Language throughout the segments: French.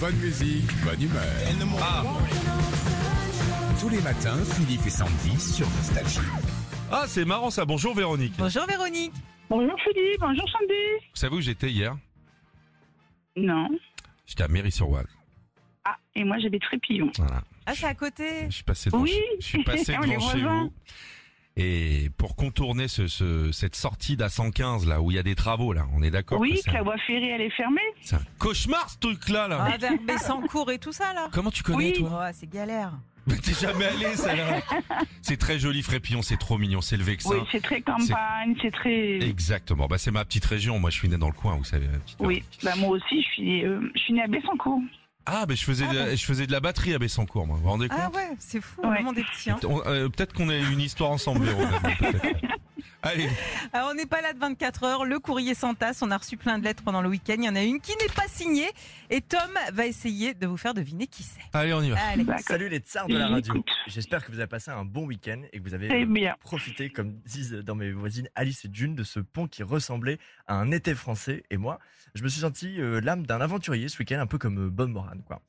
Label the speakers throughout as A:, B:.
A: Bonne musique, bonne humeur.
B: Ah.
A: Tous les matins, Philippe et Sandy sur Nostalgie.
B: Ah, c'est marrant ça. Bonjour Véronique. Vous
C: Bonjour Véronique.
D: Bonjour Philippe, bonjour Sandy.
B: savez où j'étais hier
D: Non.
B: J'étais à Mairie-sur-Oise.
D: Ah, et moi j'ai des trépillons.
B: Voilà.
C: Ah, c'est à côté.
B: Je suis passé devant,
D: Oui.
B: chez- je suis passé
D: On est
B: devant chez
D: voisins.
B: vous. Et pour contourner ce, ce- cette sortie d'A115 là où il y a des travaux là, on est d'accord que
D: Oui,
B: c'est
D: que la
B: un,
D: voie ferrée elle est fermée.
B: c'est un cauchemar ce truc là là.
C: Ah, vers Bessancourt et tout ça, là.
B: Comment tu connais
D: Oui.
B: toi
C: Oh, c'est galère.
B: Mais T'es jamais allé ça là. c'est très joli Frépillon, c'est trop mignon, c'est le vexin.
D: Oui, c'est très campagne, c'est très.
B: Exactement. Bah c'est ma petite région. Moi je suis né dans le coin, vous savez. ma petite
D: Oui,
B: Véronique.
D: bah moi aussi je suis, euh, je suis née à Bessancourt.
B: Ah mais je faisais de, la- je faisais de la batterie à Bessancourt moi. Vous vous rendez compte
C: Ah ouais, c'est fou,
D: Ouais.
C: vraiment des petits. hein.
B: On- euh, peut-être qu'on a eu une histoire ensemble, Véro. même, peut-être. Allez,
C: Ah, on n'est pas là de 24 heures. Le courrier sans tasse, on a reçu plein de lettres pendant le week-end. Il y en a une qui n'est pas signée. Et Tom va essayer de vous faire deviner qui c'est.
B: allez, on y va.
C: Allez.
D: D'accord.
E: Salut les tsars de la
D: Je
E: radio.
D: l'écoute.
E: J'espère que vous avez passé un bon week-end et que vous avez
D: Très
E: euh,
D: bien.
E: profité, comme disent dans mes voisines Alice et June, de ce pont qui ressemblait à un été français. Et moi, je me suis senti euh, l'âme d'un aventurier ce week-end, un peu comme euh, Bob Moran, quoi.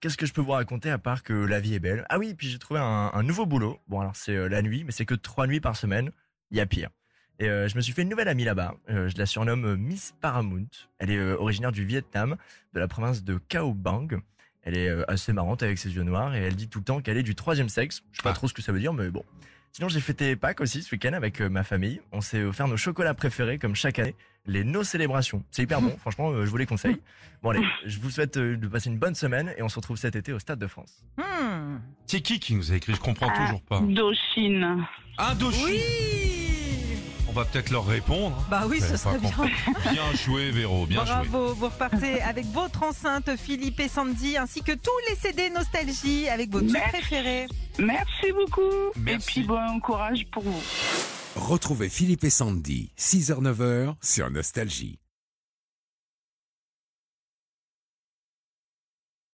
E: Qu'est-ce que je peux vous raconter à part que la vie est belle Ah oui, puis j'ai trouvé un, un nouveau boulot. Bon, alors c'est euh, la nuit, mais c'est que trois nuits par semaine. Il y a pire. Et euh, je me suis fait une nouvelle amie là-bas. Euh, je la surnomme euh, Miss Paramount. Elle est euh, originaire du Vietnam, de la province de Cao Bang. Elle est euh, assez marrante avec ses yeux noirs et elle dit tout le temps qu'elle est du troisième sexe. Je sais pas
B: Ah.
E: trop ce que ça veut dire, mais bon. Sinon, j'ai fêté Pâques aussi ce week-end avec euh, ma famille. On s'est offert nos chocolats préférés comme chaque année, les No Célébrations. C'est hyper bon, franchement, euh, je vous les conseille. Bon allez, je vous souhaite euh, de passer une bonne semaine et on se retrouve cet été au Stade de France.
C: Hmm.
B: C'est qui qui nous a écrit Je comprends
D: Ah.
B: toujours pas.
D: Dauphine.
B: Indochine.
C: Oui
B: On va peut-être leur répondre.
C: Bah oui,
B: Ouais,
C: ce
B: pas
C: serait bien.
B: con. Bien joué, Véro. Bien joué.
C: Bravo, vous repartez avec votre enceinte Philippe et Sandy, ainsi que tous les CD Nostalgie avec vos tubes
D: Merci.
C: préférés.
D: Merci beaucoup.
B: Merci.
D: Et puis bon courage pour vous.
A: Retrouvez Philippe et Sandy, 6h-9h sur Nostalgie.